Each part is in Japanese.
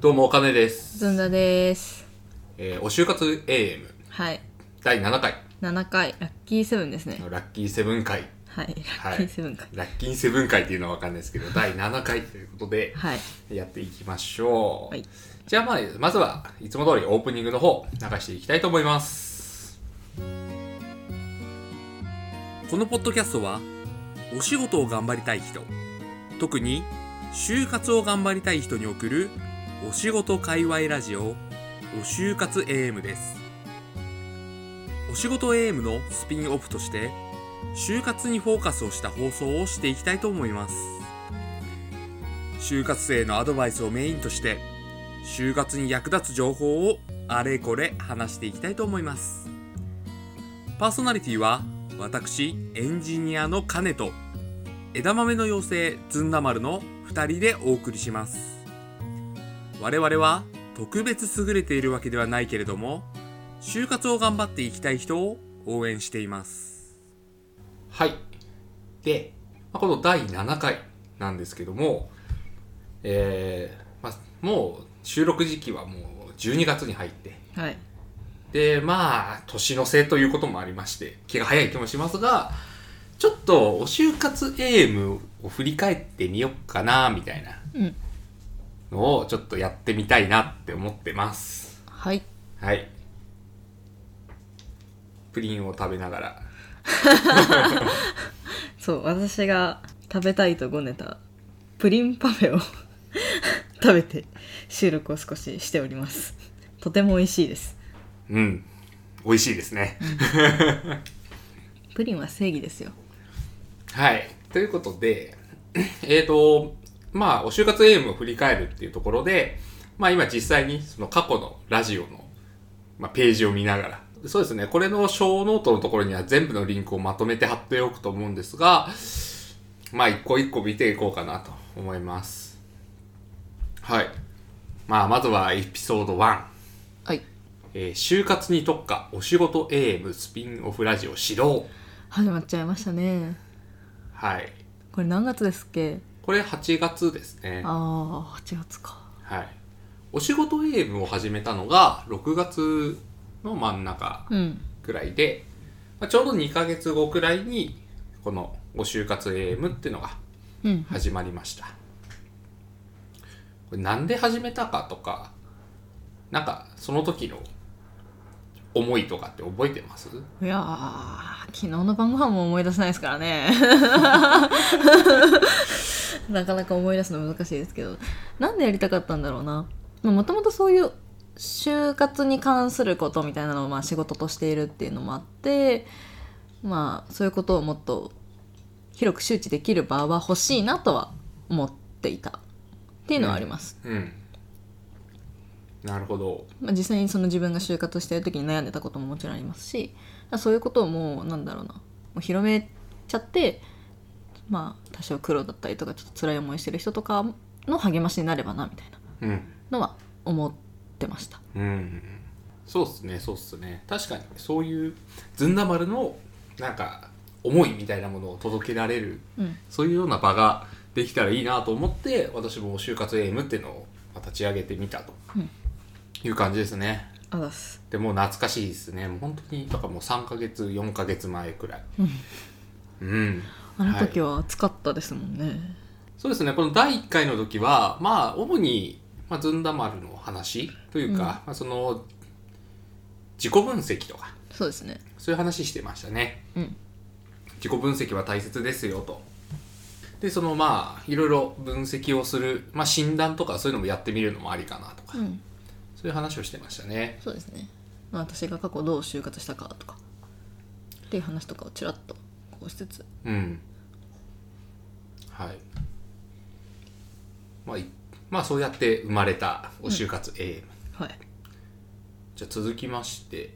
どうも、お金です。ずんだです。えー、お就活 AM はい。第7回、 7回、ラッキーセブンですね。ラッキーセブン回、はい。ラはいッキーセブン回。ラッキーセブン回っていうのはわかんないですけど、第7回ということで、はい。やっていきましょう。はいじゃあ、まあ、まずはいつも通りオープニングの方、流していきたいと思います。このポッドキャストは、お仕事を頑張りたい人、特に就活を頑張りたい人に送る、お仕事界隈ラジオ、お就活 AM です。お仕事 AM のスピンオフとして、就活にフォーカスをした放送をしていきたいと思います。就活生のアドバイスをメインとして就活に役立つ情報をあれこれ話していきたいと思いますパーソナリティは私エンジニアのカネと枝豆の妖精ずんだ丸の2人でお送りします我々は特別優れているわけではないけれども就活を頑張っていきたい人を応援していますはいで、まあこの第7回なんですけども、えーまあ、もう収録時期はもう12月に入ってはい。でまあ年の瀬ということもありまして気が早い気もしますがちょっとお就活 AM を振り返ってみようかなみたいなうん。のをちょっとやってみたいなって思ってますはい。はいプリンを食べながらそう、私が食べたいとごねたプリンパフェを 食べて収録を少ししております。とても美味しいです。うん美味しいですねプリンは正義ですよ。はい。ということで、 えっ、と、まあ、お就活 AM を振り返るっていうところで、まあ今実際にその過去のラジオの、まあ、ページを見ながら、そうですね、これの小ノートのところには全部のリンクをまとめて貼っておくと思うんですが、まあ一個一個見ていこうかなと思います。はい。まあまずはエピソード1。はい。えー就活に特化お仕事 AM スピンオフラジオ始動。始まっちゃいましたね。はい。これ何月ですっけこれ8月ですね。ああ、8月か。はい。お仕事 AM を始めたのが6月の真ん中うん。くらいで、まあ、ちょうど2ヶ月後くらいに、このお就活 AM っていうのがうん。始まりました。これなんで始めたかとか、なんかその時の思いとかって覚えてますいやー昨日の晩ご飯も思い出せないですからねなかなか思い出すの難しいですけどなんでやりたかったんだろうなもともとそういう就活に関することみたいなのをまあ仕事としているっていうのもあってまあそういうことをもっと広く周知できる場は欲しいなとは思っていたっていうのはあります、うん。なるほど。まあ、実際にその自分が就活してる時に悩んでたことももちろんありますしそういうことをもうなんだろうなもう広めちゃってまあ多少苦労だったりとかちょっと辛い思いしてる人とかの励ましになればなみたいなうん。のは思ってましたうんそうっすねそうっすね確かにそういうずんだ丸のなんか思いみたいなものを届けられるうんそういうような場ができたらいいなと思って私も就活 AM っていうのを立ち上げてみたとうんいう感じですねあざすでもう懐かしいですねもう本当にだからもう3ヶ月4ヶ月前くらいうんうんあの時は暑かったですもんね、そうですね、この第1回の時は、まあ、主に、まあ、ずんだ丸の話というか、うんまあ、その、自己分析とか、そうですねそういう話してましたね。うん自己分析は大切ですよと。で、そのまあ、いろいろ分析をする、まあ、診断とかそういうのもやってみるのもありかなとか、うんそういう話をしてましたね。そうですねまあ私が過去どう就活したかとかっていう話とかをちらっとこうしつつうん。はい。まあ、いまあ、そうやって生まれたお就活 AM。はいじゃあ続きまして、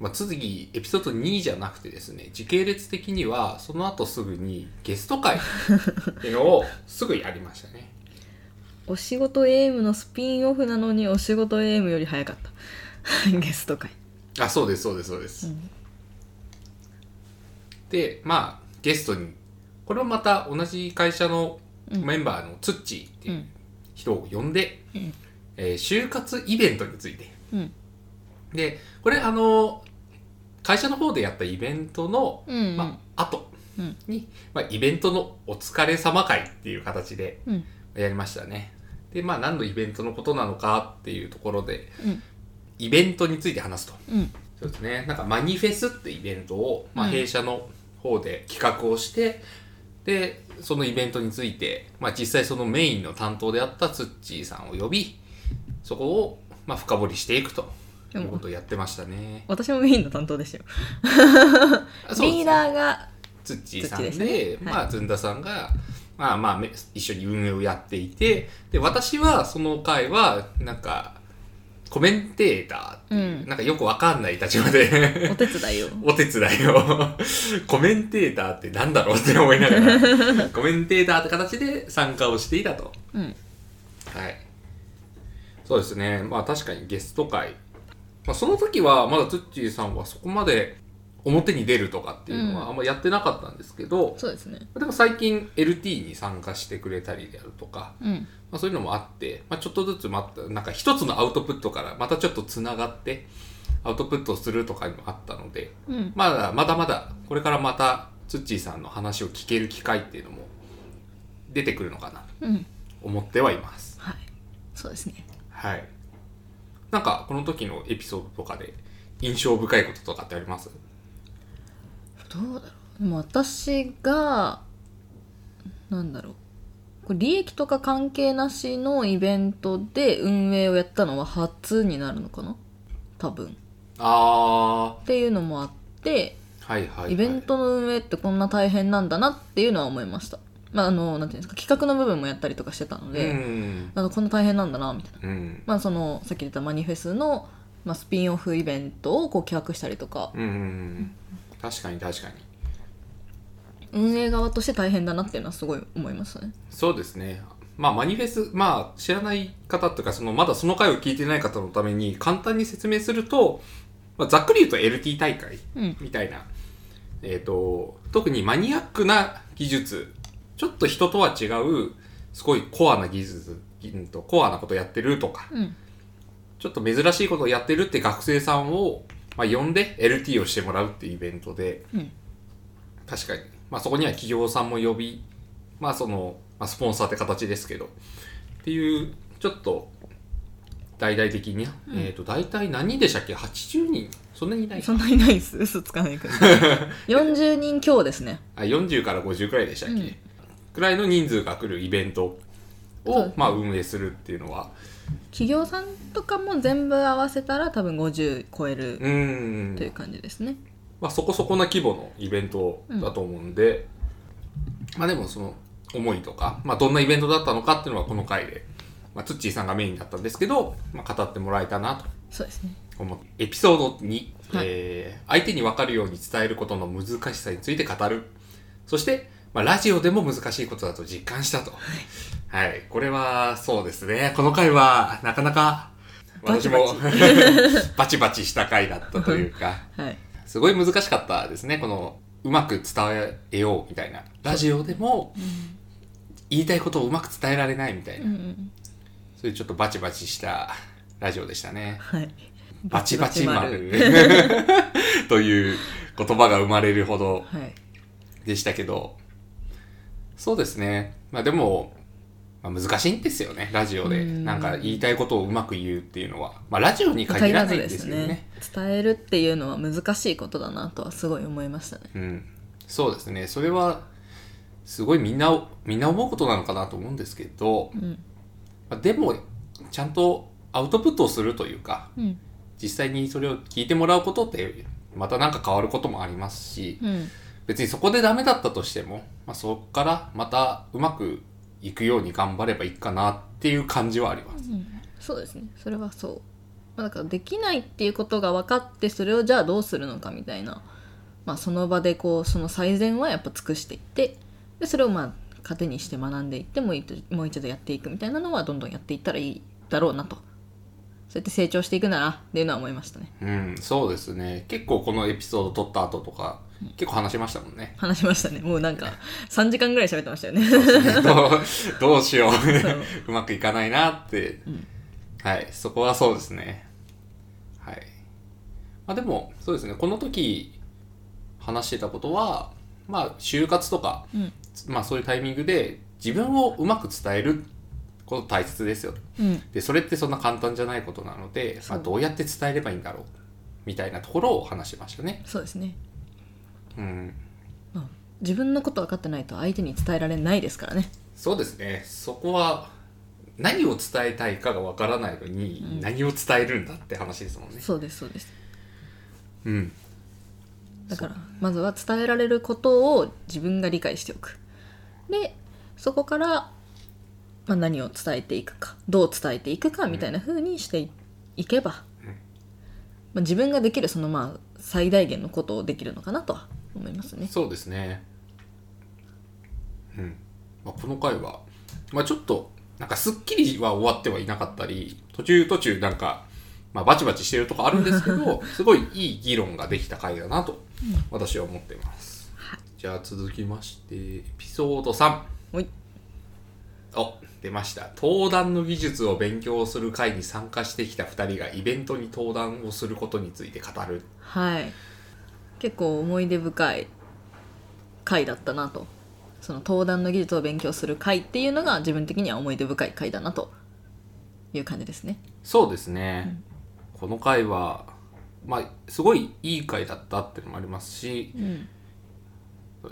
まあ、次エピソード2じゃなくてですね時系列的にはその後すぐにゲスト会っていうのをすぐやりましたねお仕事エイムのスピンオフなのにお仕事エイムより早かった ゲスト会、あそうですそうですそうです、うんでまあゲストにこれもまた同じ会社のメンバーのツッチーっていう人を呼んで、うんえー就活イベントについてうんでこれあの会社の方でやったイベントの、うんまあ後うんに、まあ、イベントのお疲れ様会っていう形でうんやりましたねでまあ何のイベントのことなのかっていうところでうんイベントについて話すとうんそうですねなんかマニフェスってイベントを、まあ、うん弊社の方で企画をして、でそのイベントについて、まあ、実際そのメインの担当であったツッチーさんを呼びそこを、まあ、深掘りしていくといでもうことをやってましたね。私もメインの担当でしたよあそうですリーダーがツッチーさんツッチーでで、すねはいまあ、ずんださんが、まあまあ、め一緒に運営をやっていて、で、私は、その回は、なんか、コメンテーターっていう、うんなんかよくわかんない立場で、お手伝いをお手伝いを、 コメンテーターってなんだろうって思いなが ら、コメンテーターって形で参加をしていたと。うんはい。そうですね。まあ確かにゲスト会。まあその時はまだツッチーさんはそこまで表に出るとかっていうのうはんあんまやってなかったんですけど、そうですねでも最近 LT に参加してくれたりであるとか、うんまあ、そういうのもあって、まあ、ちょっとずつまた、なんか一つのアウトプットからまたちょっとつながって、アウトプットするとかにもあったので、うんまだまだまだこれからまたツッチーさんの話を聞ける機会っていうのも出てくるのかなとうん思ってはいます。はいそうですねはい。なんかこの時のエピソードとかで印象深いこととかってありますどうだろうでも私がなんだろうこれ利益とか関係なしのイベントで運営をやったのは初になるのかな多分あっていうのもあってー、はいはい、はい。イベントの運営ってこんな大変なんだなっていうのは思いましたまああのなんていうんですか企画の部分もやったりとかしてたのうで、ん。なんかこんな大変なんだなみたいなうん。まあそのさっき言ったマニフェスの、まあ、スピンオフイベントをこう企画したりとかうん。確かに確かに。運営側として大変だなっていうのはすごい思いましたねそうですね。まあ、マニフェス、まあ、知らない方というか、その、まだその回を聞いてない方のために、簡単に説明すると、まあ、ざっくり言うと LT 大会うんみたいな、えっ、と、特にマニアックな技術、ちょっと人とは違う、すごいコアな技術、うんとコアなことやってるとか、うんちょっと珍しいことをやってるって学生さんを、まあ、呼んで LT をしてもらうっていうイベントで、うん確かに、まあ、そこには企業さんも呼び、まあそのまあ、スポンサーって形ですけどっていうちょっと大々的に、んえっ、と大体何人でしたっけ80人そんなにいないそんなにないです。嘘つかないから。40人 強ですね。あ40から50くらいでしたっけ、うんくらいの人数が来るイベントそうを、ですねまあ、運営するっていうのは企業さんとかも全部合わせたら多分50超えうー、るというん感じですね。まあ、そこそこな規模のイベントだと思うんで、まあでもその思いとか、まあ、どんなイベントだったのかっていうのはこの回で、まあ、ツッチーさんがメインだったんですけど、まあ、語ってもらえたなとそうですね。思ってエピソード2、はいえー相手に分かるように伝えることの難しさについて語るそして、まあ、ラジオでも難しいことだと実感したとはい、これはそうですねこの回はなかなかバ私チバもチ バチバチした回だったというかはい。すごい難しかったですねこのうまく伝えようみたいなラジオでも言いたいことをうまく伝えられないみたいうんうなんうん。そういうちょっとバチバチしたラジオでしたねはい。バチバチ丸バ チという言葉が生まれるほどバチ丸はい。でしたけど、そうですね。まあでも、まあ、難しいんですよね、ラジオで。うんなんか言いたいことをうまく言うっていうのは。まあラジオに限らないんですよね。伝えるっていうのは難しいことだなとはすごい思いましたね。うん。そうですね。それは、すごいみんなを、みんな思うことなのかなと思うんですけど、うん。まあ、でも、ちゃんとアウトプットをするというか、うん。実際にそれを聞いてもらうことって、またなんか変わることもありますし、うん。別にそこでダメだったとしても、まあ、そこからまたうまくいくように頑張ればいいかなっていう感じはあります。そうですね。それはそう。まあ、だからできないっていうことが分かってそれをじゃあどうするのかみたいな、まあ、その場でこうその最善はやっぱ尽くしていってでそれをまあ糧にして学んでいってもう一度もう一度やっていくみたいなのはどんどんやっていったらいいだろうなとそうやって成長していくならっていうのは思いましたねうん、そうですね。結構このエピソード撮った後とか、結構話しましたもん ね。話しましたねもうなんか3時間ぐらい喋ってましたよねどうどうしよそうう。うまくいかないなってんはい、そこはそうですね。はい。まあでも、そうですね、この時話してたことは、まあ、就活とか、うんまあそういうタイミングで自分をうまく伝えること大切ですよ。うんで、それってそんな簡単じゃないことなので、まあそうどうやって伝えればいいんだろう、みたいなところを話しましたね。そうですねうん。自分のこと分かってないと相手に伝えられないですからねそうですね、そこは、何を伝えたいかがわからないのに、うん何を伝えるんだって話ですもんね。そうですそうですうん。だからまずは伝えられることを自分が理解しておくでそこから、まあ、何を伝えていくかどう伝えていくかみたいな風にしてい,、けば、うんまあ、自分ができるそのまあ最大限のことをできるのかなとは思いますね。そうですね。うん。まあ、この回は、まあ、ちょっと、なんかすっきりは終わってはいなかったり、途中途中なんか、まあ、バチバチしてるとこあるんですけ ど、すごいいい議論ができた回だなと、私は思っています。はいじゃあ続きまして、エピソード3。おいお、出ました。登壇の技術を勉強する会に参加してきた2人がイベントに登壇をすることについて語る。はい結構思い出深い回だったなとその登壇の技術を勉強する回っていうのが自分的には思い出深い回だなという感じですね。そうですね、この回は、まあ、すごいいい回だったっていうのもありますしうん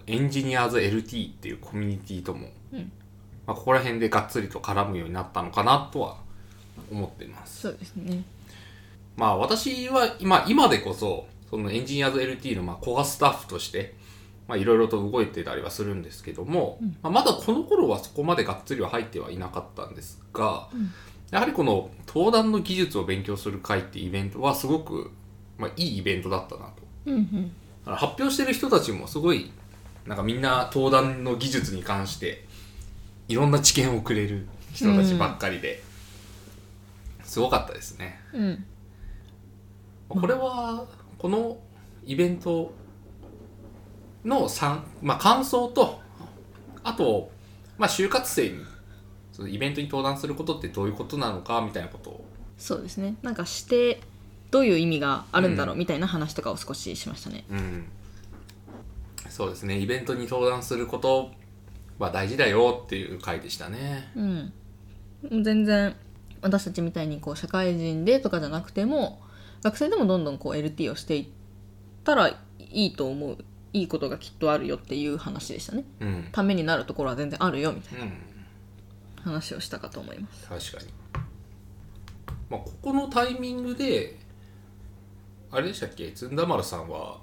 エンジニアーズ LT っていうコミュニティとも、うんまあ、ここら辺でがっつりと絡むようになったのかなとは思っていますそうですねまあ私は今今でこそそのエンジニアーズ LT のまあコアスタッフとしてまあいろいろと動いてたりはするんですけども、うんまあ、まだこの頃はそこまでがっつりは入ってはいなかったんですが、んやはりこの登壇の技術を勉強する会ってイベントはすごく、まあ、いいイベントだったなと。うんうんだから発表してる人たちもすごいなんかみんな登壇の技術に関していろんな知見をくれる人たちばっかりで、すごかったですね。うん、これはこのイベントの参まあ、感想とあと、まあ、就活生にそのイベントに登壇することってどういうことなのかみたいなことをそうですねなんかしてどういう意味があるんだろううんみたいな話とかを少ししましたね、うん、そうですねイベントに登壇することは大事だよっていう回でしたね。うん、全然私たちみたいにこう社会人でとかじゃなくても学生でもどんどんこう LT をしていったらいいと思ういいことがきっとあるよっていう話でしたねうん、ためになるところは全然あるよみたいうん、な話をしたかと思います確かに、まあ、ここのタイミングであれでしたっけずんだまるさんは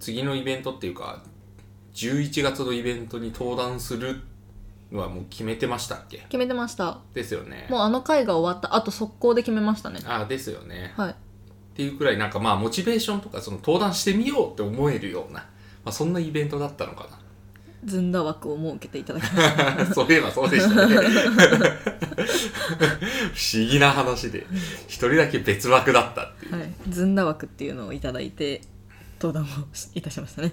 次のイベントっていうか11月のイベントに登壇するのはもう決めてましたっけ決めてましたですよねもうあの回が終わった後速攻で決めましたねああですよねはいっていうくらいなんかまあモチベーションとかその登壇してみようって思えるような、まあ、そんなイベントだったのかな ずんだ枠を設けていただきましたそういえばそうでしたね。 不思議な話で、一人だけ別枠だった っていう。はい、ずんだ枠っていうのをいただいて登壇をしいたしましたね。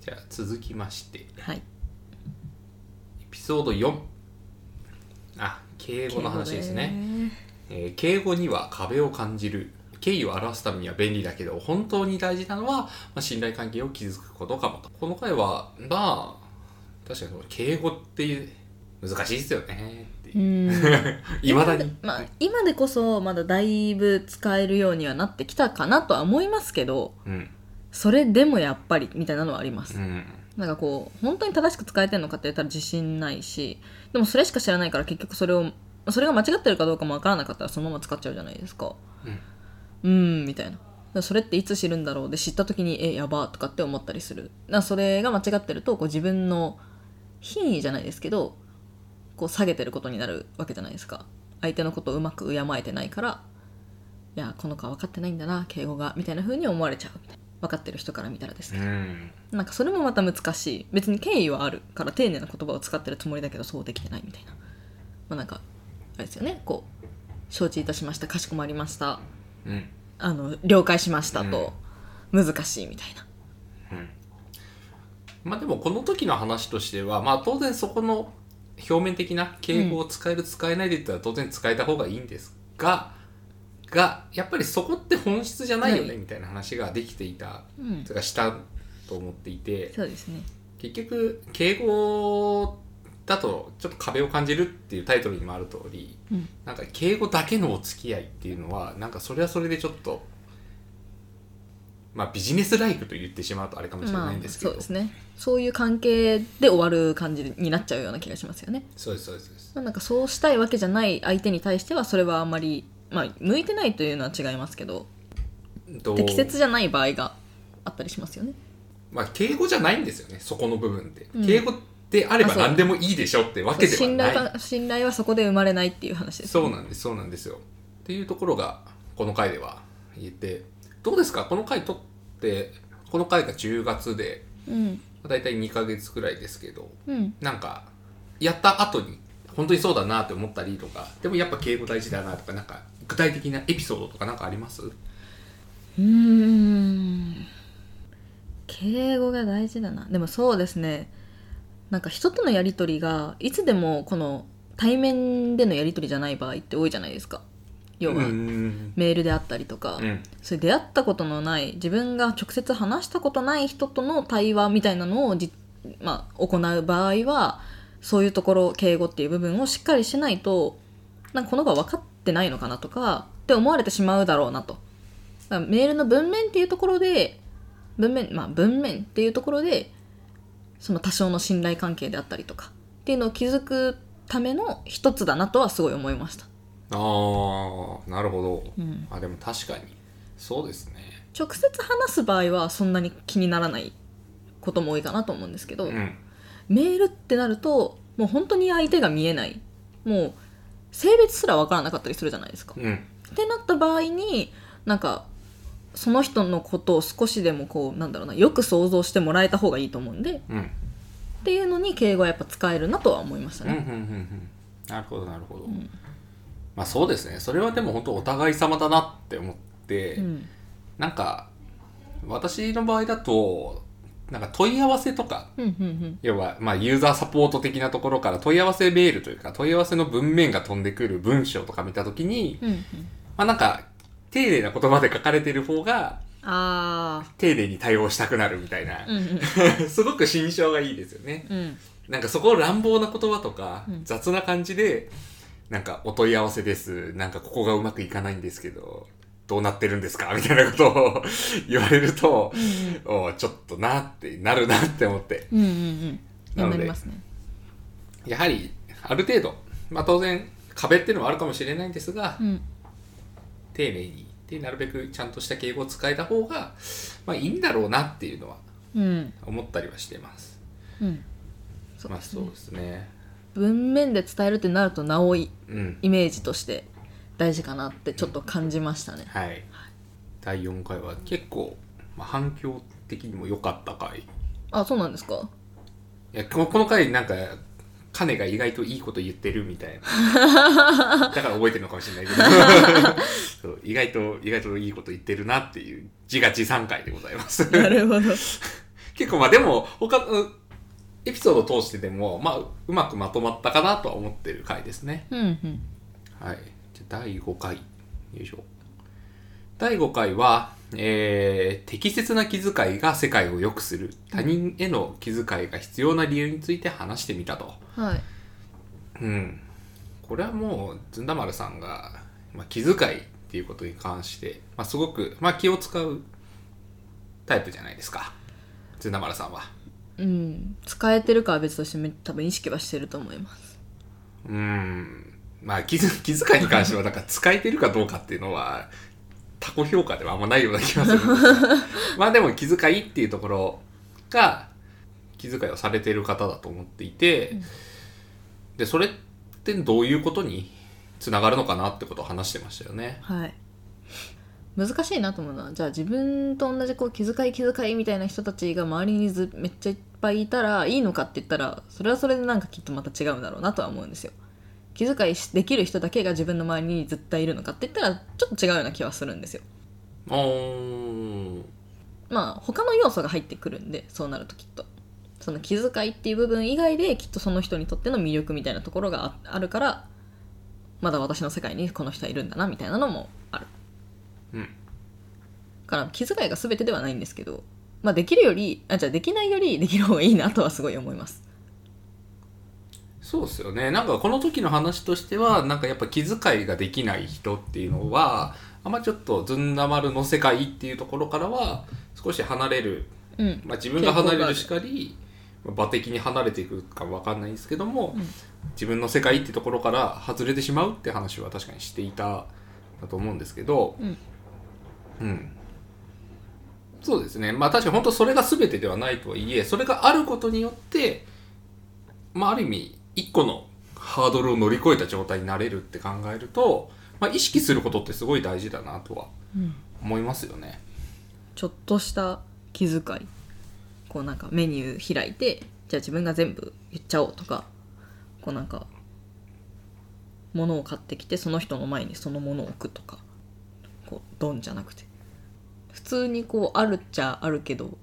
じゃあ続きまして、エはい、ピソード4。あ、敬語の話ですね。えー敬語には壁を感じる。敬意を表すためには便利だけど、本当に大事なのは、まあ、信頼関係を築くことかもと。この回は、まあ、確かにその敬語って難しいですよねってういう。ん いまだに。まあ、今でこそまだだいぶ使えるようにはなってきたかなとは思いますけどうん。それでもやっぱりみたいなのはあります、うん。なんかこう本当に正しく使えてるのかって言ったら自信ないしでもそれしか知らないから結局それをそれが間違ってるかどうかもわからなかったらそのまま使っちゃうじゃないですかうんうーんみたいなだからそれっていつ知るんだろうで知った時にえやばとかって思ったりするだからそれが間違ってるとこう自分の品位じゃないですけどこう下げてることになるわけじゃないですか相手のことをうまく敬えてないからいやこの子は分かってないんだな敬語がみたいな風に思われちゃうみたいな分かってる人から見たらですうね、ん。なんかそれもまた難しい別に敬意はあるから丁寧な言葉を使ってるつもりだけどそうできてないみたいなまあなんかあれですよねこう承知いたしましたかしこまりましたうん。あの了解しましたと、難しいみたいなまあでもこの時の話としては、まあ当然そこの表面的な敬語を使える使えないで言ったら当然使えた方がいいんですが、がやっぱりそこって本質じゃないよはねいみたいな話ができていたうんとかしたと思っていてそうですね結局敬語だとちょっと壁を感じるっていうタイトルにもある通りうんなんか敬語だけのお付き合いっていうのはなんかそれはそれでちょっとまあビジネスライクと言ってしまうとあれかもしれまないんあですけど、そうですねそういう関係で終わる感じになっちゃうような気がしますよねそうですそうですそうですまあなんかそうしたいわけじゃない相手に対してはそれはあんまり、まあ、向いてないというのは違いますけどどう適切じゃない場合があったりしますよねまあ敬語じゃないんですよねそこの部分って、うん敬語であればあそう何でもいいでしょってわけでは信ない頼が信頼はそこで生まれないっていう話です、ね、そうなんですそうなんですよっていうところがこの回では言ってどうですかこの回撮ってこの回が10月でうんだいたい2ヶ月くらいですけどうんなんかやった後に本当にそうだなって思ったりとかでもやっぱ敬語大事だなとかなんか具体的なエピソードとかなんかありますうーん敬語が大事だなでもそうですねなんか人とのやり取りがいつでもこの対面でのやり取りじゃない場合って多いじゃないですか要はんメールであったりとか、うんそれ出会ったことのない自分が直接話したことない人との対話みたいなのをじ、まあ、行う場合はそういうところ敬語っていう部分をしっかりしないとなんかこの子は分かってないのかなとかって思われてしまうだろうなとだからメールの文面っていうところで文面まあ文面っていうところでその多少の信頼関係であったりとかっていうのを築くための一つだなとはすごい思いました、ああなるほどうん、あでも確かにそうですね直接話す場合はそんなに気にならないことも多いかなと思うんですけど、うんメールってなるともう本当に相手が見えないもう性別すら分からなかったりするじゃないですか。うんってなった場合になんかその人のことを少しでもこうなんだろうなよく想像してもらえた方がいいと思うんでっうんていうのに敬語はやっぱ使えるなとは思いましたうんうんうんね。うんなるほどなるほど、んまあそうですねそれはでも本当お互い様だなって思って、うんなんか私の場合だとなんか問い合わせとかうんうん要はまあユーザーサポート的なところから問い合わせメールというか問い合わせの文面が飛んでくる文章とか見た時に、うんうんうんまあなんか丁寧な言葉で書かれてる方がああ丁寧に対応したくなるみたいなう、んう んすごく心象がいいですよね。うんなんかそこを乱暴な言葉とか、うん雑な感じで、なんかお問い合わせです。なんかここがうまくいかないんですけど、どうなってるんですかみたいなことを 言われると、おうちょっとなってなるなって思って。うんうんうんうなのんでなりますね。やはり、ある程度、まあ当然壁っていうのはあるかもしれないんですが、うん丁寧に、でなるべくちゃんとした敬語を使えた方が、まあいいんだろうなっていうのはうん思ったりはしてます。うんそうまあですそうねですね。文面で伝えるってなるとなおいうん。イメージとして大事かなってちょっと感じましたね、はい、第4回は結構、まあ、反響的にも良かった回いあそうなんですかやここの回なんかカネが意外といいこと言ってるみたいなだから覚えてるのかもしれないけどそう意外と意外といいこと言ってるなっていう自画自賛回でございます なるほど結構まあでも他のエピソードを通してでも、まあ、うまくまとまったかなとは思ってる回ですねうんうんはい。じゃあ第5回。よいしょ。第5回は、えー、適切な気遣いが世界を良くする。他人への気遣いが必要な理由について話してみたと。はいうん。これはもう、ずんだまるさんが、まあ、気遣いっていうことに関して、まあ、すごく、まあ、気を使うタイプじゃないですか。ずんだまるさんは。うん使えてるかは別としてめ多分意識はしてると思いますうん。まあ、気づ 気遣いに関しては、なんか使えてるかどうかっていうのは、他己評価ではあんまないような気がするんですけどまあでも気遣いっていうところが、気遣いをされている方だと思っていて、で、それってどういうことにつながるのかなってことを話してましたよね。はい難しいなと思うのはじゃあ自分と同じこう気遣い気遣いみたいな人たちが周りにずめっちゃいっぱいいたらいいのかって言ったらそれはそれでなんかきっとまた違うんだろうなとは思うんですよ気遣いしできる人だけが自分の周りに絶対いるのかって言ったらちょっと違うような気はするんですよおーまあ他の要素が入ってくるんでそうなるときっとその気遣いっていう部分以外できっとその人にとっての魅力みたいなところがああるからまだ私の世界にこの人はいるんだなみたいなのもあるうんだから気遣いが全てではないんですけど、まあ、できるよりあじゃあできないよりできる方がいいなとはすごい思いますそうですよねなんかこの時の話としてはなんかやっぱ気遣いができない人っていうのはあんまちょっとずんだ丸の世界っていうところからは少し離れる、うんまあ、自分が離れるしかりまあ馬的に離れていくかわかんないですけども、うん自分の世界ってところから外れてしまうって話は確かにしていたんだと思うんですけど、うんうんそうですねまあ確かに本当それが全てではないとはいえそれがあることによってまあある意味一個のハードルを乗り越えた状態になれるって考えると、まあ、意識することってすごい大事だなとはうん思いますよね。ちょっとした気遣いこうなんかメニュー開いてじゃあ自分が全部言っちゃおうとかこうなんか物を買ってきてその人の前にその物を置くとかこうドンじゃなくて普通にこうあるっちゃあるけど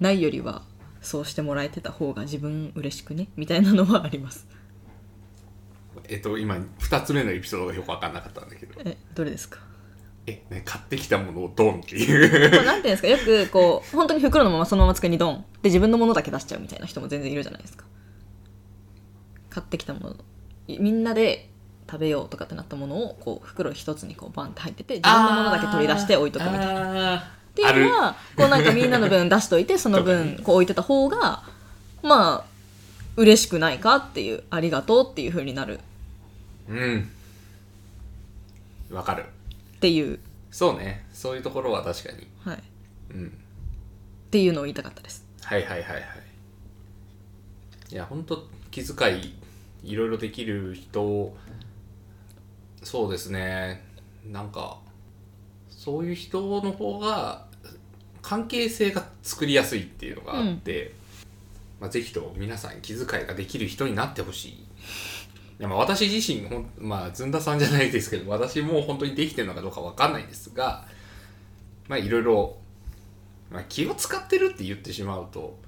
ないよりはそうしてもらえてた方が自分嬉しくねみたいなのはありますえっと今2つ目のエピソードがよく分かんなかったんだけどえどれですかえ、ね、買ってきたものをドンっていう。まあ、なんていうんですかよくこう本当に袋のままそのまま机にドンで自分のものだけ出しちゃうみたいな人も全然いるじゃないですか買ってきたものいみんなで食べようとかってなったものをこう袋一つにこうバンって入ってて自分のものだけ取り出して置いとくみたいなっな。ていうのはこうなんかみんなの分出しといてその分こう置いてた方がまあ嬉しくないかっていうありがとうっていう風になるうん。わかる。っていうそうね。そういうところは確かに。はいっうん。ていうのを言いたかったですはいはいはいはい。いや、ほんと気遣い、いろいろできる人、そうですね。なんか、そういう人の方が、関係性が作りやすいっていうのがあって、まあ、ぜひとも皆さん気遣いができる人になってほしい。いやまあ私自身ほん、まあ、ずんださんじゃないですけど、私も本当にできてるのかどうかわかんないですが、まあ、いろいろ、まあ、気を使ってるって言ってしまうと、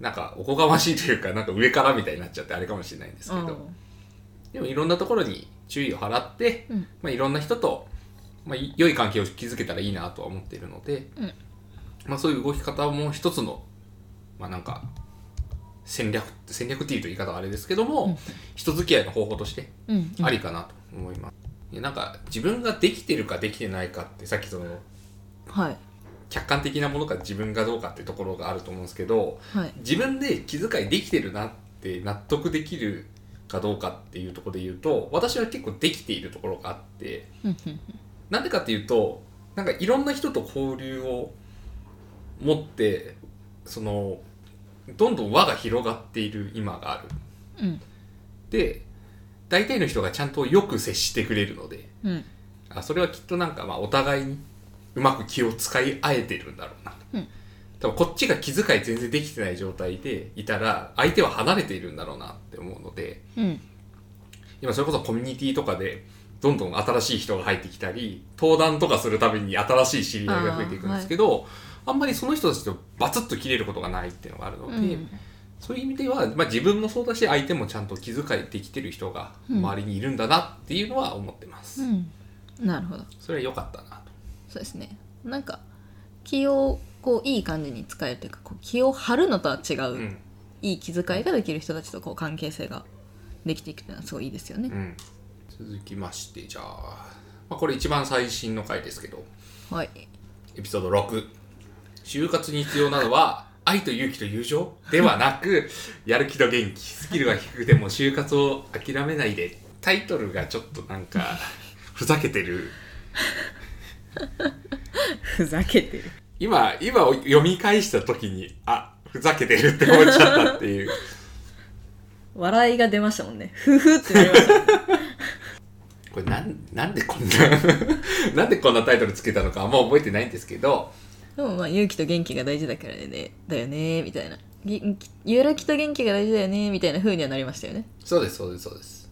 なんか、おこがましいというか、なんか上からみたいになっちゃってあれかもしれないんですけど、でもいろんなところに注意を払って、うんまあ、いろんな人と、まあ、い良い関係を築けたらいいなとは思っているので、うんまあ、そういう動き方も一つの、まあ、なんか戦略戦略っていうと言い方はあれですけども、うん人付き合いの方法としてうんうんうんありかなと思います。いやなんか自分ができてるかできてないかってさっきそのはい客観的なものか自分がどうかってところがあると思うんですけどはい自分で気遣いできてるなって納得できるかどうかっていうところで言うと私は結構できているところがあってうんうんなんでかっていうとなんかいろんな人と交流を持ってそのどんどん輪が広がっている今があるうんで大体の人がちゃんとよく接してくれるのでうんあそれはきっとなんかまあお互いにうまく気を使い合えてるんだろうな、うん多分こっちが気遣い全然できてない状態でいたら相手は離れているんだろうなって思うのでうん今それこそコミュニティとかでどんどん新しい人が入ってきたり登壇とかするたびに新しい知り合いが増えていくんですけどあ,、んまりその人たちとバツッと切れることがないっていうのがあるので、うんそういう意味では、まあ、自分もそうだし相手もちゃんと気遣いできてる人が周りにいるんだなっていうのは思ってます、うん、なるほどそれは良かったなと。そうですねなんか気をこういい感じに使えるというかこう気を張るのとは違う、うんいい気遣いができる人たちとこう関係性ができていくっていうのはすごいいいですよね、うん、続きましてじゃあ,、まあこれ一番最新の回ですけどはいエピソード6「就活に必要なのは愛と勇気と友情」ではなく やる気と元気スキルが低くても就活を諦めないでタイトルがちょっとなんかふざけてるふざけてる今今読み返した時にあふざけてるって思っちゃったっていう笑いが出ましたもんねふふってなりました これなんなんでこんな なんでこんなタイトルつけたのかあんま覚えてないんですけどでもまあ勇気と元気が大事だからねだよねみたいな元気ゆらきと元気が大事だよねみたいな風にはなりましたよねそうですそうですそうです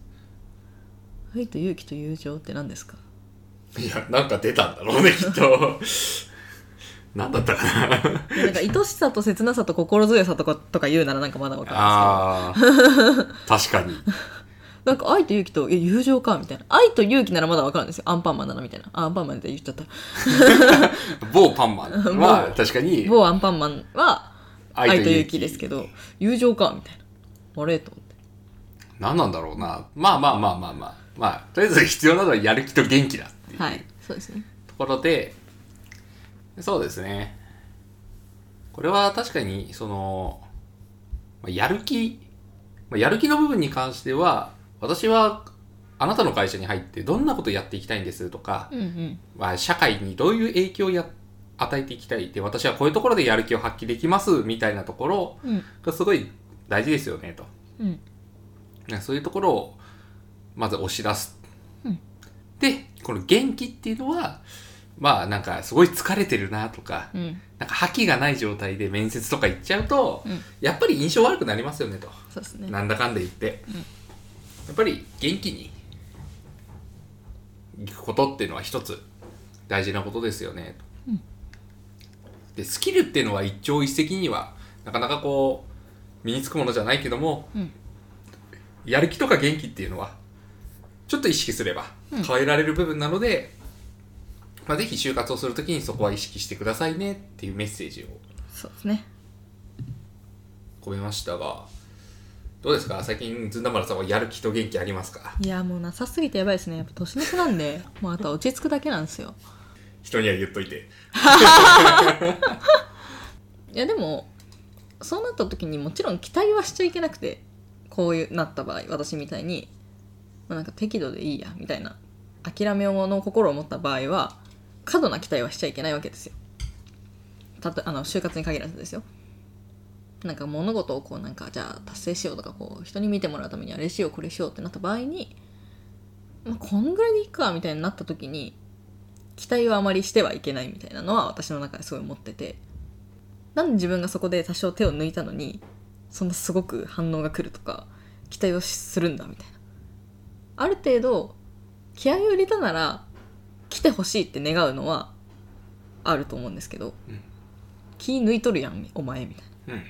愛と勇気と友情って何ですかいや、なんか出たんだろうね、きっと。 なんだったかな。なんか愛しさと切な さと心強さとかとか言うならなんかまだわかるんですけどああ、確かに。なんか愛と勇気とえ友情かみたいな愛と勇気ならまだ分かるんですよアンパンマンならみたいなあアンパンマンって言っちゃった 某パンマンは確かに某アンパンマンは愛愛とと勇勇気気ですけど友情かみたいなあれと思って何なんだろうなまあまあまあまあまあまあとりあえず必要なのはやる気と元気だっていうはいそうですねところで、そうですねこれは確かにそのまあやる気まあやる気の部分に関しては私はあなたの会社に入ってどんなことやっていきたいんですとか、うんうんまあ、社会にどういう影響をや与えていきたいで私はこういうところでやる気を発揮できますみたいなところうんがすごい大事ですよねとうんねそういうところをまず押し出す、うんでこの元気っていうのはまあなんかすごい疲れてるなとか、うんなんか覇気がない状態で面接とか行っちゃうと、うんやっぱり印象悪くなりますよねとそうですねなんだかんだ言って、んやっぱり元気に行くことっていうのは一つ大事なことですよね、うんでスキルっていうのは一朝一夕にはなかなかこう身につくものじゃないけども、うんやる気とか元気っていうのはちょっと意識すればうん変えられる部分なので、まあ、ぜひ就活をするときにそこは意識してくださいねっていうメッセージをそうですね込めましたがどうですか最近ずんだまらさんはやる気と元気ありますかいやもうなさすぎてやばいですねやっぱ年の差なんでもうあとは落ち着くだけなんですよ人には言っといていやでもそうなった時にもちろん期待はしちゃいけなくてこういうなった場合私みたいに、まあ、なんか適度でいいやみたいな諦めの心を持った場合は過度な期待はしちゃいけないわけですよたとあの就活に限らずですよなんか物事をこうなんかじゃあ達成しようとかこう人に見てもらうためにあれしようこれしようってなった場合に、まあ、こんぐらいでいいかみたいになった時に期待はあまりしてはいけないみたいなのは私の中ですごい思っててなんで自分がそこで多少手を抜いたのにそんなすごく反応が来るとか期待をしするんだみたいなある程度気合を入れたなら来てほしいって願うのはあると思うんですけど、うん気抜いとるやんお前みたいなうん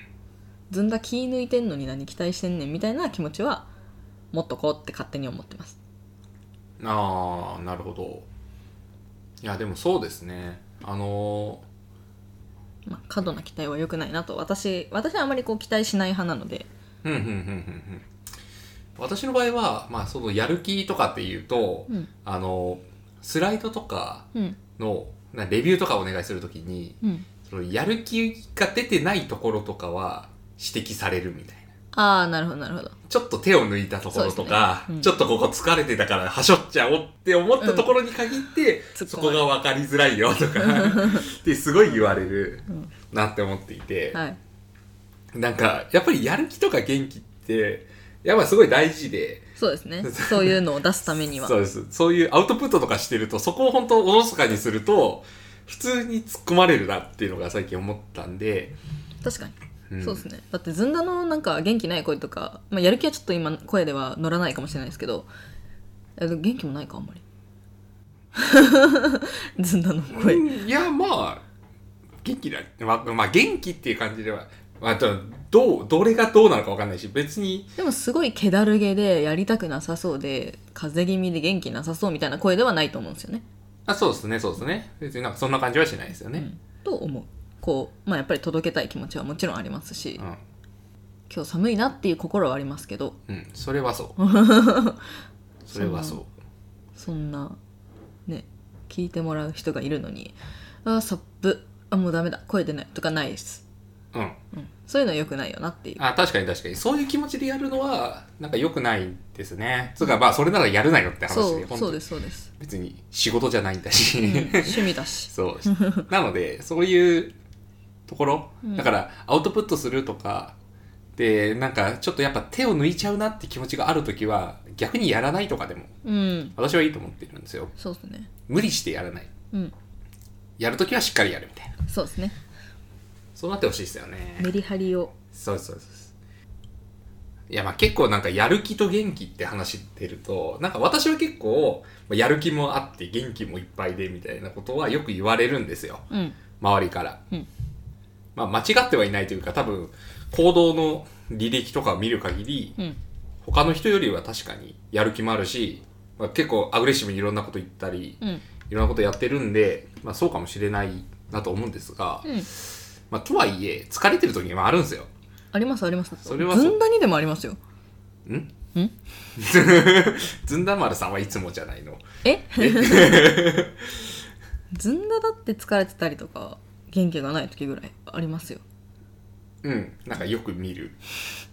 ずんだ気抜いてんのに何期待してんねんみたいな気持ちは持っとこうって勝手に思ってますああなるほどいやでもそうですねあのまあ、過度な期待は良くないなと私私はあまりこう期待しない派なのでーうんうんうんうんうん私の場合はまあそのやる気とかっていうと、うんあのスライドとかうんのなレビューとかお願いするときにうんそのやる気が出てないところとかは指摘されるみたいなああなるほどなるほどちょっと手を抜いたところとか、そうですねうんちょっとここ疲れてたからはしょっちゃおうって思ったところに限って、うんそこが分かりづらいよとかってすごい言われるうんなって思っていて、はいなんかやっぱりやる気とか元気ってやっぱすごい大事でそうで すね。そういうのを出すためには。そうですそういうアウトプットとかしてるとそこを本当おろそかにすると普通に突っ込まれるなっていうのが最近思ったんで、確かに。んそうですね。だって、ずんだのなんか元気ない声とか、まあ、やる気はちょっと今、声では乗らないかもしれないですけど、え元気もないか、あんまり。 ずんだの声。うんいやまあ元気だ、まあ、まあ元気っていう感じでは、まあ、でもどうどれがどうなのかわかんないし別にでも、すごい気だるげで、やりたくなさそうで、風邪気味で元気なさそうみたいな声ではないと思うんですよね。あそうですねそうですね別になんかそんな感じはしないですよね、と思う。こう、まあ、やっぱり届けたい気持ちはもちろんありますしう、ん今日寒いなっていう心はありますけど、うん、それはそう それはそうそんなね聞いてもらう人がいるのに「あーサップあもうダメだ声出ない」とかないです、うんうん、そういうのは良くないよなっていうあ確かに確かにそういう気持ちでやるのはなんか良くないですねつうかまあそれならやるなよって話そでう本そ当うにですそうです、別に仕事じゃないんだし、うん、趣味だしそう なのでそういうところ、うんだからアウトプットするとかでなんかちょっとやっぱ手を抜いちゃうなって気持ちがある時は逆にやらないとかでもうん私はいいと思ってるんですよそうですね無理してやらないうんやる時はしっかりやるみたいなそうですねそうなってほしいですよねメリハリをそうそうそうそういやまあ結構なんかやる気と元気って話してるとなんか私は結構まあやる気もあって元気もいっぱいでみたいなことはよく言われるんですようん周りから、うんまあ間違ってはいないというか多分行動の履歴とかを見る限りうん他の人よりは確かにやる気もあるし、まあ、結構アグレッシブにいろんなこと言ったり、うんいろんなことやってるんで、まあ、そうかもしれないなと思うんですが、うんまあ、とはいえ疲れてる時もあるんですよ。ありますありますそれはそうずんだにでもありますよんんずんだ丸さんはいつもじゃ ないの。えずんだだって疲れてたりとか元気がない時ぐらいありますよ うん、なんかよく見 る。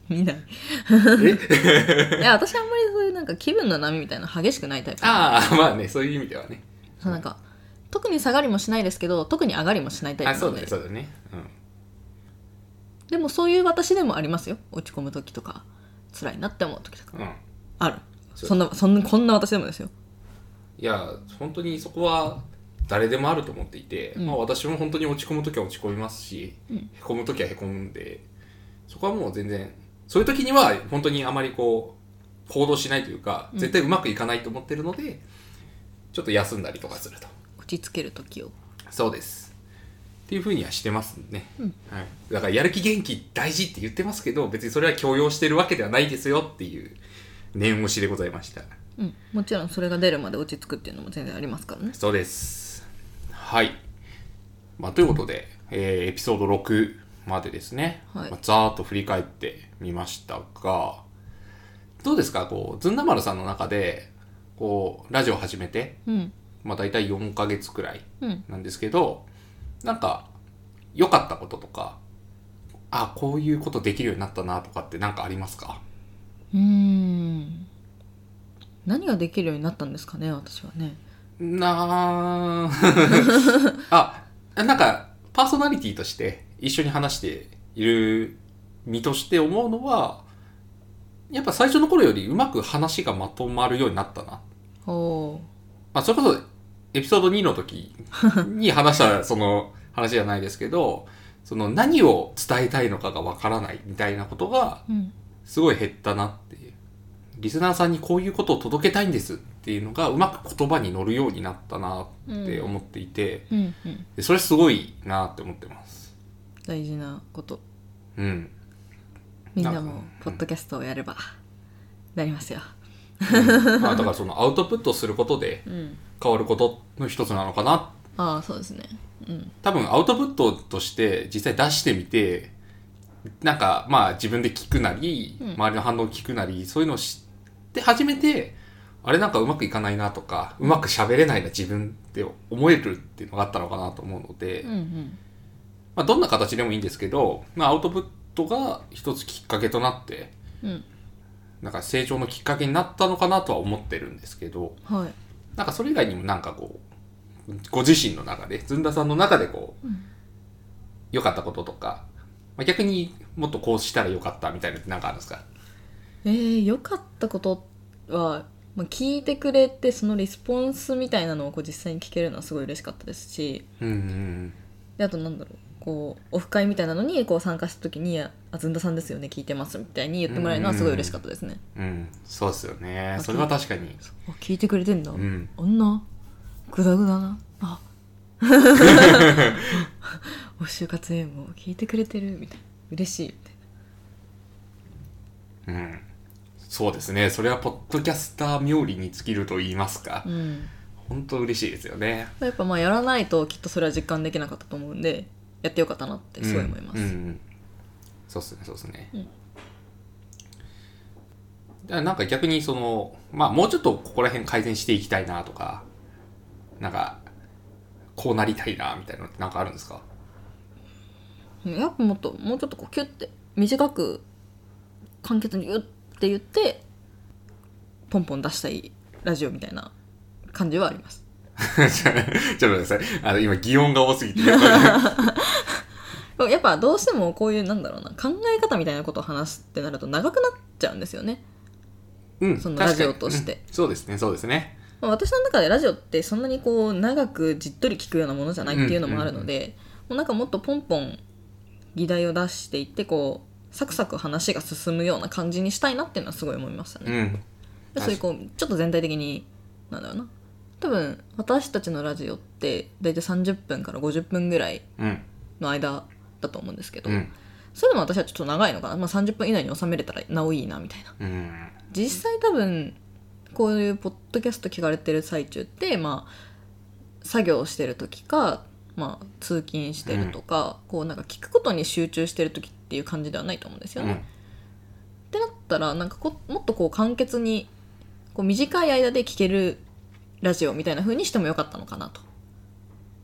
見ないいや私あんまりそういうなんか気分の波みたいな激しくないタイプ ああ、まあね、そういう意味ではね。そうなんか特に下がりもしないですけど特に上がりもしないタイあ、プなそんうだでね、そうだね。うん。でもそういう私でもありますよ落ち込む時とか辛いなって思う時とかうん、あるそうそんなそんなこんな私でもですよいや本当にそこは誰でもあると思っていて、うんまあ、私も本当に落ち込む時は落ち込みますし、うんへこむ時はへこむんでそこはもう全然そういう時には本当にあまりこう行動しないというかうん絶対うまくいかないと思ってるので、ちょっと休んだりとかすると落ち着ける時をそうですっていうふうにはしてますね、うんはい、だからやる気元気大事って言ってますけど別にそれは強要してるわけではないですよっていう念押しでございましたうんもちろんそれが出るまで落ち着くっていうのも全然ありますからねそうです。はい。まあ、ということで、えーエピソード6までですね、はいまあざーっと振り返ってみましたが、どうですか、こう、ずんだまるさんの中で、こう、ラジオ始めて、うんまあ、大体4ヶ月くらいうんなんですけど、なんか、良かったこととか、あ、こういうことできるようになったなとかってなんかありますかうーん何ができるようになったんですかね私はねなーあなんかパーソナリティとして一緒に話している身として思うのはやっぱ最初の頃よりうまく話がまとまるようになったな、おおまあ、それこそエピソード2の時に話したその話じゃないですけどその何を伝えたいのかがわからないみたいなことがーうんすごい減ったなっていうリスナーさんにこういうことを届けたいんですっていうのがうまく言葉に乗るようになったなって思っていて、うんうんでそれすごいなって思ってます大事なことうんみんななんもかポッドキャストをやればなりますよまあだからそのアウトプットすることでうん変わることの一つなのかなああそうですねうん多分アウトプットとして実際出してみてなんかまあ自分で聞くなり、うん周りの反応を聞くなりそういうのを知って初めてあれなんかうまくいかないなとかうまく喋れないな自分って思えるっていうのがあったのかなと思うので、うんうんまあ、どんな形でもいいんですけど、まあ、アウトプットが一つきっかけとなってうんなんか成長のきっかけになったのかなとは思ってるんですけどはいなんかそれ以外にもなんかこうご自身の中でずんださんの中でこううん良かったこととか、まあ、逆にもっとこうしたら良かったみたいなのってなんかあるんですかえー、良かったことは、まあ、聞いてくれてそのリスポンスみたいなのをこう実際に聞けるのはすごい嬉しかったですしうんうんであとなんだろうこうオフ会みたいなのにこう参加した時に「あずんださんですよね聞いてます」みたいに言ってもらえるのはすごい嬉しかったですね。うんうんそうですよねあそれは確かにあ聞いてくれてんだ、うんあんなグダグダな あお就活 A も聞いてくれてるみたいな嬉しいみたいうんそうですねそれはポッドキャスター冥利に尽きると言いますか、な、うん、本当嬉しいですよねやっぱまあやらないときっとそれは実感できなかったと思うんでやってよかったなってすごい思います、うんうんうんそうっすねそうっすね、うんだからなんか逆にそのまあもうちょっとここら辺改善していきたいなとかなんかこうなりたいなみたいなのってなんかあるんですか やっぱもっともうちょっとこうキュッて短く簡潔にギュッて言ってポンポン出したいラジオみたいな感じはありますちょっと待ってくださいあの今擬音が多すぎてよくわかんないやっぱどうしてもこういうなんだろうな考え方みたいなことを話すってなると長くなっちゃうんですよね、うん その確かにラジオとしてうんそうですねそうですねまあ、私の中でラジオってそんなにこう長くじっとり聞くようなものじゃないっていうのもあるので、もうなんかもっとポンポン議題を出していってこうサクサク話が進むような感じにしたいなっていうのはすごい思いましたねう、んでそういうこうちょっと全体的になんだろうな多分私たちのラジオって大体30分から50分ぐらいうんの間だと思うんですけど、うんそれでも私はちょっと長いのかな、まあ、30分以内に収めれたらなおいいなみたいうなん実際多分こういうポッドキャスト聞かれてる最中ってまあ作業してる時か、まあ、通勤してるとか、こうなんか聞くことに集中してる時っていう感じではないと思うんですうよね。んってなったらなんかこもっとこう簡潔にこう短い間で聞けるラジオみたいな風にしてもよかったのかなと。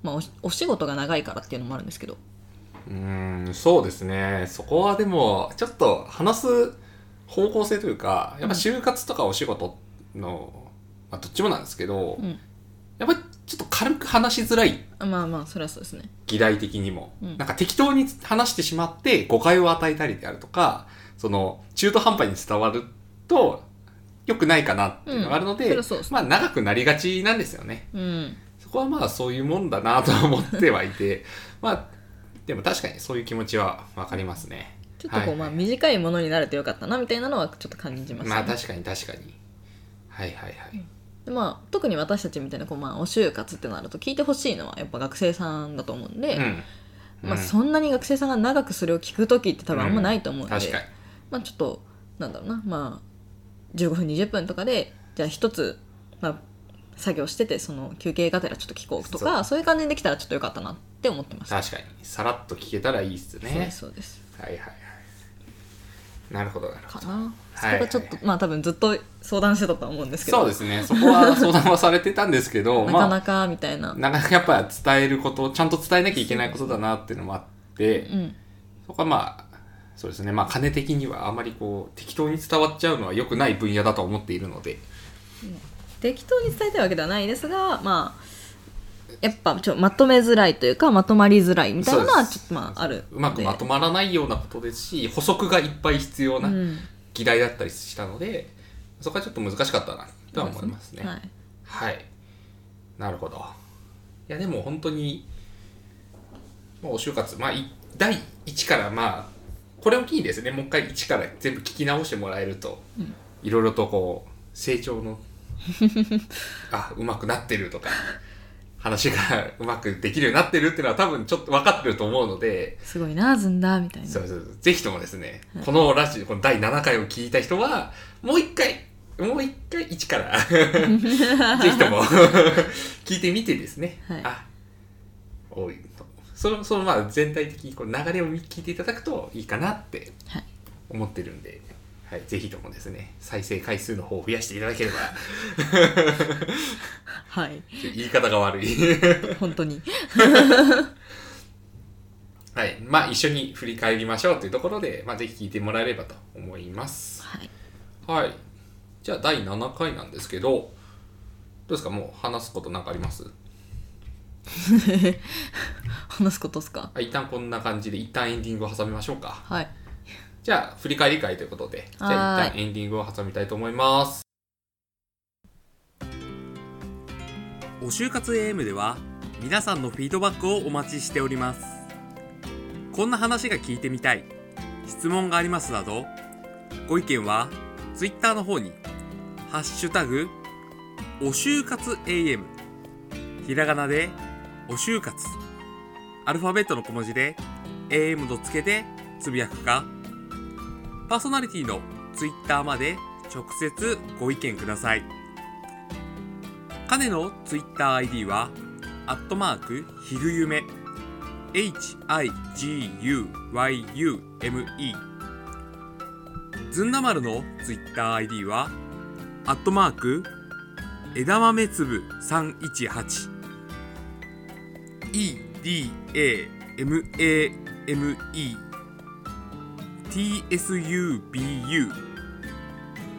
まあ、おしお仕事が長いからっていうのもあるんですけどうーんそうですねそこはでもちょっと話す方向性というかやっぱ就活とかお仕事の、まあ、どっちもなんですけど、うんやっぱりちょっと軽く話しづらいあまあまあそれはそうですね議題的にも、うんなんか適当に話してしまって誤解を与えたりであるとかその中途半端に伝わると良くないかなっていうのがあるのうんそで、りゃそうですまあ長くなりがちなんですよね。うんそこはまあそういうもんだなとは思ってはいて まあでも確かにそういう気持ちは分かりますねちょっとこう、はいまあ短いものになるとよかったなみたいなのはちょっと感じましたまね、あ確かに確かにはいはいはい、でまあ、特に私たちみたいなこう、まあ、お就活ってなると聞いてほしいのはやっぱ学生さんだと思うんで、うんまあ、そんなに学生さんが長くそれを聞く時って多分あんまないと思うんで、確かにまあ、ちょっとなんだろうな、まあ、15分20分とかでじゃあ一つ、まあ、作業しててその休憩がてらちょっと聞こうとかそういう感じにできたらちょっとよかったなって思ってました、確かにさらっと聞けたらいいっすそうでねすそうですはいはいはいなるほどなるほかどなそはいれがちょっと、まあ多分ずっと相談してたとは思うんですけどそうですねそこは相談はされてたんですけど なかなかみたいな、まあ、なかなかやっぱ伝えることちゃんと伝えなきゃいけないことだなっていうのもあって、うんそこはまあそうですねまあ金的にはあまりこう適当に伝わっちゃうのは良くない分野だと思っているので適当に伝えたいわけではないですがまあやっぱちょまとめづらいというかまとまりづらいみたいなのそうはですちょっとまああるうまくまとまらないようなことですし補足がいっぱい必要まなうん、議題だったりしたので、そこはちょっと難しかったなとは思いますねははい、い、なるほどいやでも本当にまあお就活まあい第1からまあこれを機にですねもう一回1から全部聞き直してもらえると、いろいろとこう成長のあうまくなってるとか話がうまくできるようになってるっていうのは多分ちょっと分かってると思うのですごいなずんだみたいなそうそうそうぜひともですね、このラジオ、この第7回を聞いた人は、もう一回、もう一回、一 から、ぜひとも、 聞いてみてですね、はいあ、おい、その、その、まあ、全体的にこう流れを見聞いていただくといいかなってはい思ってるんで、はい、ぜひともですね、再生回数の方を増やしていただければ、 はいちょ言い方が悪い。 本当にはい、まあ、一緒に振り返りましょうというところで、まあ、ぜひ聞いてもらえればと思います。はいはい。じゃあ第7回なんですけど、どうですかもう話すことなんかあります話すことですかあ一旦こんな感じで一旦エンディングを挟みましょうか。はいじゃあ振り返り会ということで、じゃはあーい一旦エンディングを挟みたいと思います。お就活 AM では皆さんのフィードバックをお待ちしておりますこんな話が聞いてみたい質問がありますなどご意見は Twitter の方に「ハッシュタグお就活 AM」ひらがなで「お就活」アルファベットの小文字で「AM」とつけてつぶやくかパーソナリティの Twitter まで直接ご意見くださいカネの TwitterID は、アットマーク、ひぐゆめ、higuyume。ずんな丸の TwitterID は、アットマーク、枝豆粒318、edamame、tsubu、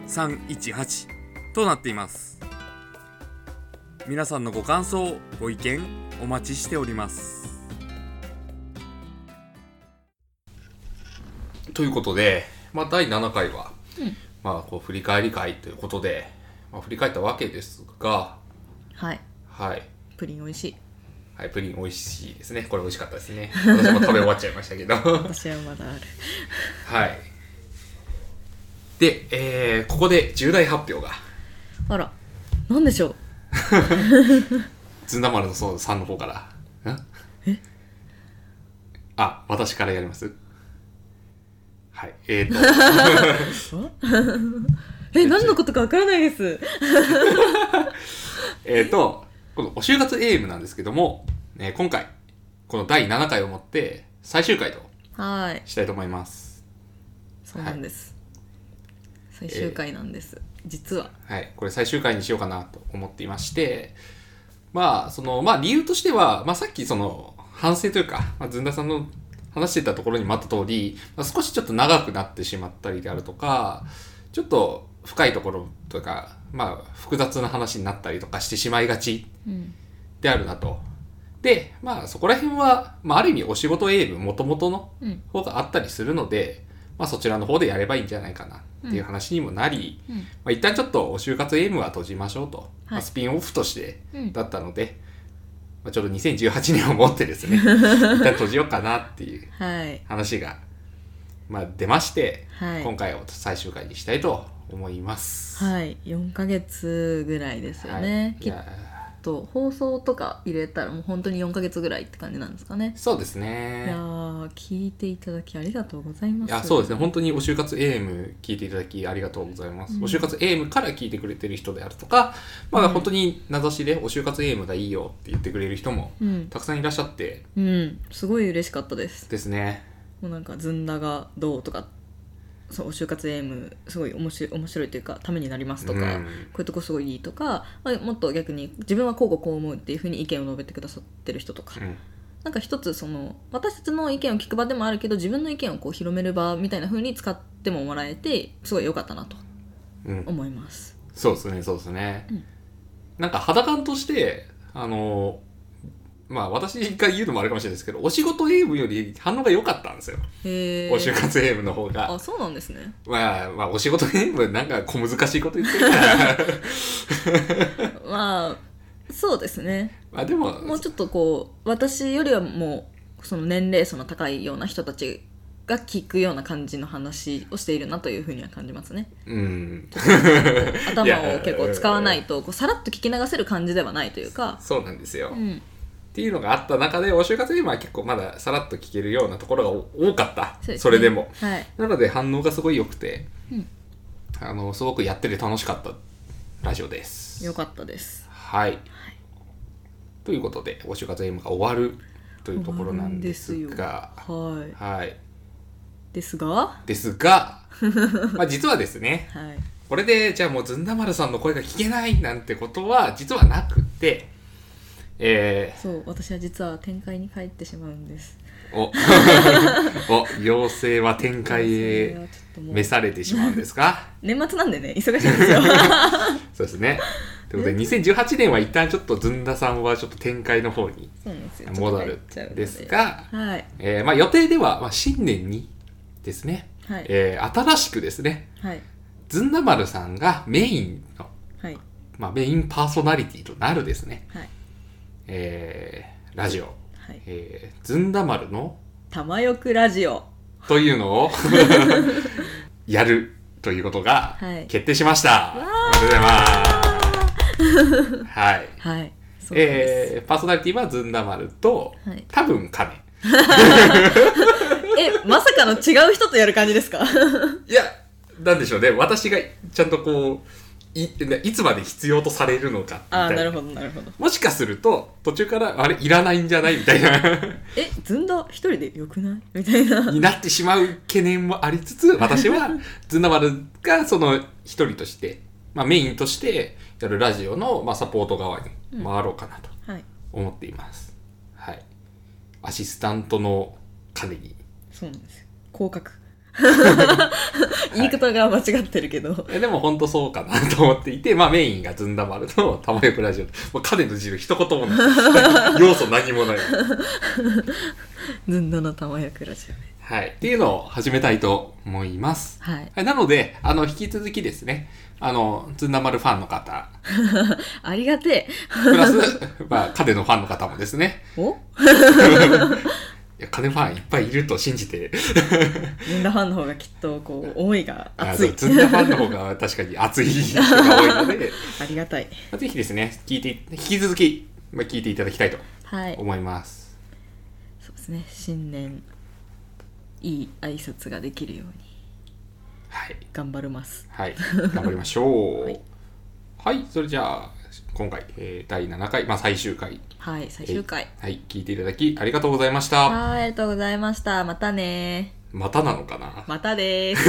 318となっています。皆さんのご感想ご意見お待ちしておりますということで、まあ、第7回は、まあこう振り返り会ということで、まあ、振り返ったわけですが、はいはい。プリン美味しいはい、プリン美味しいですね。これ美味しかったですね。私も食べ終わっちゃいましたけど。私はまだあるはい。で、えーここで重大発表が、あらなんでしょうずんだ丸のそうさんの方から。んあ、私からやりますはい。えっ、ー、と、え何のことかわからないですえっと、このお就活 AM なんですけども、えー今回、この第7回をもって最終回とはいしたいと思います。そうなんです、最終回なんです、実ははい、これ最終回にしようかなと思っていまして、まあ、その、まあ理由としては、まあさっきその、反省というか、まあ、ずんださんの話してたところにもあった通り、まあ、少しちょっと長くなってしまったりであるとか、ちょっと深いところとか、まあ複雑な話になったりとかしてしまいがちうんであるなと。で、まあそこら辺は、まあある意味お仕事英文元々のうん方があったりするので、まあそちらの方でやればいいんじゃないかなっていう話にもなり、うんまあ、一旦ちょっとお就活 M は閉じましょうと、まあスピンオフとしてうんだったので、まあ、ちょうど2018年をもってです ね一旦閉じようかなっていうはい話が、まあ、出まして、はい今回を最終回にしたいと思います。はい4ヶ月ぐらいですよね、はいいきっやと放送とか入れたらもう本当に4ヶ月ぐらいって感じなんですかねそうですいやね。ー聞いていただきありがとうございまいすやそうですね本当にお就活 AM 聞いていただきありがとうございます、うんお就活 AM から聞いてくれてる人であるとかまうあん本当に名指しでお就活 AM がいいよって言ってくれる人もうん、たくさんいらっしゃってうん、すごい嬉しかったですですねもうなんかずんだがどうとかそうお就活エイムすごい面白い面白いというかためになりますとか、うんこういうとこすごいいいとか、まあもっと逆に自分はこうこうこう思うっていうふうに意見を述べてくださってる人とか、うんなんか一つその私たちの意見を聞く場でもあるけど自分の意見をこう広める場みたいなふうに使ってももらえてすごい良かったなとうん、思います。そうですねそうですね、うんなんか肌感としてあのまあ私が言うのもあれかもしれないですけどお仕事英文より反応が良かったんですよ、へーお就活英文の方があそうなんですねまあまあお仕事英文なんか小難しいこと言ってるから まあそうですねまあでももうちょっとこう私よりはもうその年齢層の高いような人たちが聞くような感じの話をしているなというふうには感じますねうんい頭やを結構使わないとこうさらっと聞き流せる感じではないというか、そうなんですよ、っうん、ていうのがあった中でお就活英文は結構まださらっと聞けるようなところが多かったうすねそれでもはいなので反応がすごい良くて、うんあのすごくやってて楽しかったラジオです。よかったですはい、ということでお就活 M が終わるというところなんですがはいはいですがはですが まあ実はですねいこれでじゃあもうずんだまるさんの声が聞けないなんてことは実はなくてえそう私は実は展開に帰ってしまうんですー、おお妖精は展開それはへちょっともう召されてしまうんですか年末なんでね忙しいんです よそうです ね。ということで、2018年は一旦ちょっとずんださんはちょっと展開の方にそうなんですよ戻るちょっと帰っちゃうのんですが、はいえーまあ予定では、まあ、新年にですね、はい、えー新しくですね、はいずんだ丸さんがメインの、はいまあメインパーソナリティとなるですね、はいえーラジオ、はいえーずんだ丸の玉よくラジオというのを やるということがはい決定しました。おめでとうござい ます。はい。はい。そうなんです。えー、パーソナリティはずんだ丸と、はい多分カメえ、まさかの違う人とやる感じで すかいやなんでしょうね私がちゃんとこういいつまで必要とされるのかみたああ、いなるほど、なるほど。もしかすると途中からあれいらないんじゃないみたい なえ、ずんだ一人でよくないみたいな。になってしまう懸念もありつつ私はずんだ丸がその一人として、まあ、メインとしてやるラジオの、まあ、サポート側に回ろうかなとはい。思っています、はいアシスタントのカネギそうなんですよ。広角。 言い方が間違ってるけど。えでも本当そうかなと思っていて、まあメインがずんだ丸の 玉よくラジオ。もう彼の汁一言もない。 要素何もない。ずんだの玉よくラジオね。はい。っていうのを始めたいと思います。はい。はい、なので、あの、引き続きですね、あの、ずんだ丸ファンの方、ありがてえ。プラス、 まあ、カデのファンの方もですね、おいや、カデファンいっぱいいると信じて、ずんだファンの方がきっと、こう、思いがあの熱い。ずんだファンの方が 確かに熱い人が多いので、 ありがたい。まあぜひですね、聞いて、引き続き、まあ、聞いていただきたいとはい。思います。そうですね。新年、いい挨拶ができるように。はい頑張りますはい、頑張りましょう。ははいい、それじゃあ、今回、えー第7回、まあ、最終回、はい最終回はい、聞いていただきありがとうございました。はいありがとうございましたまたねまたなのかなまたです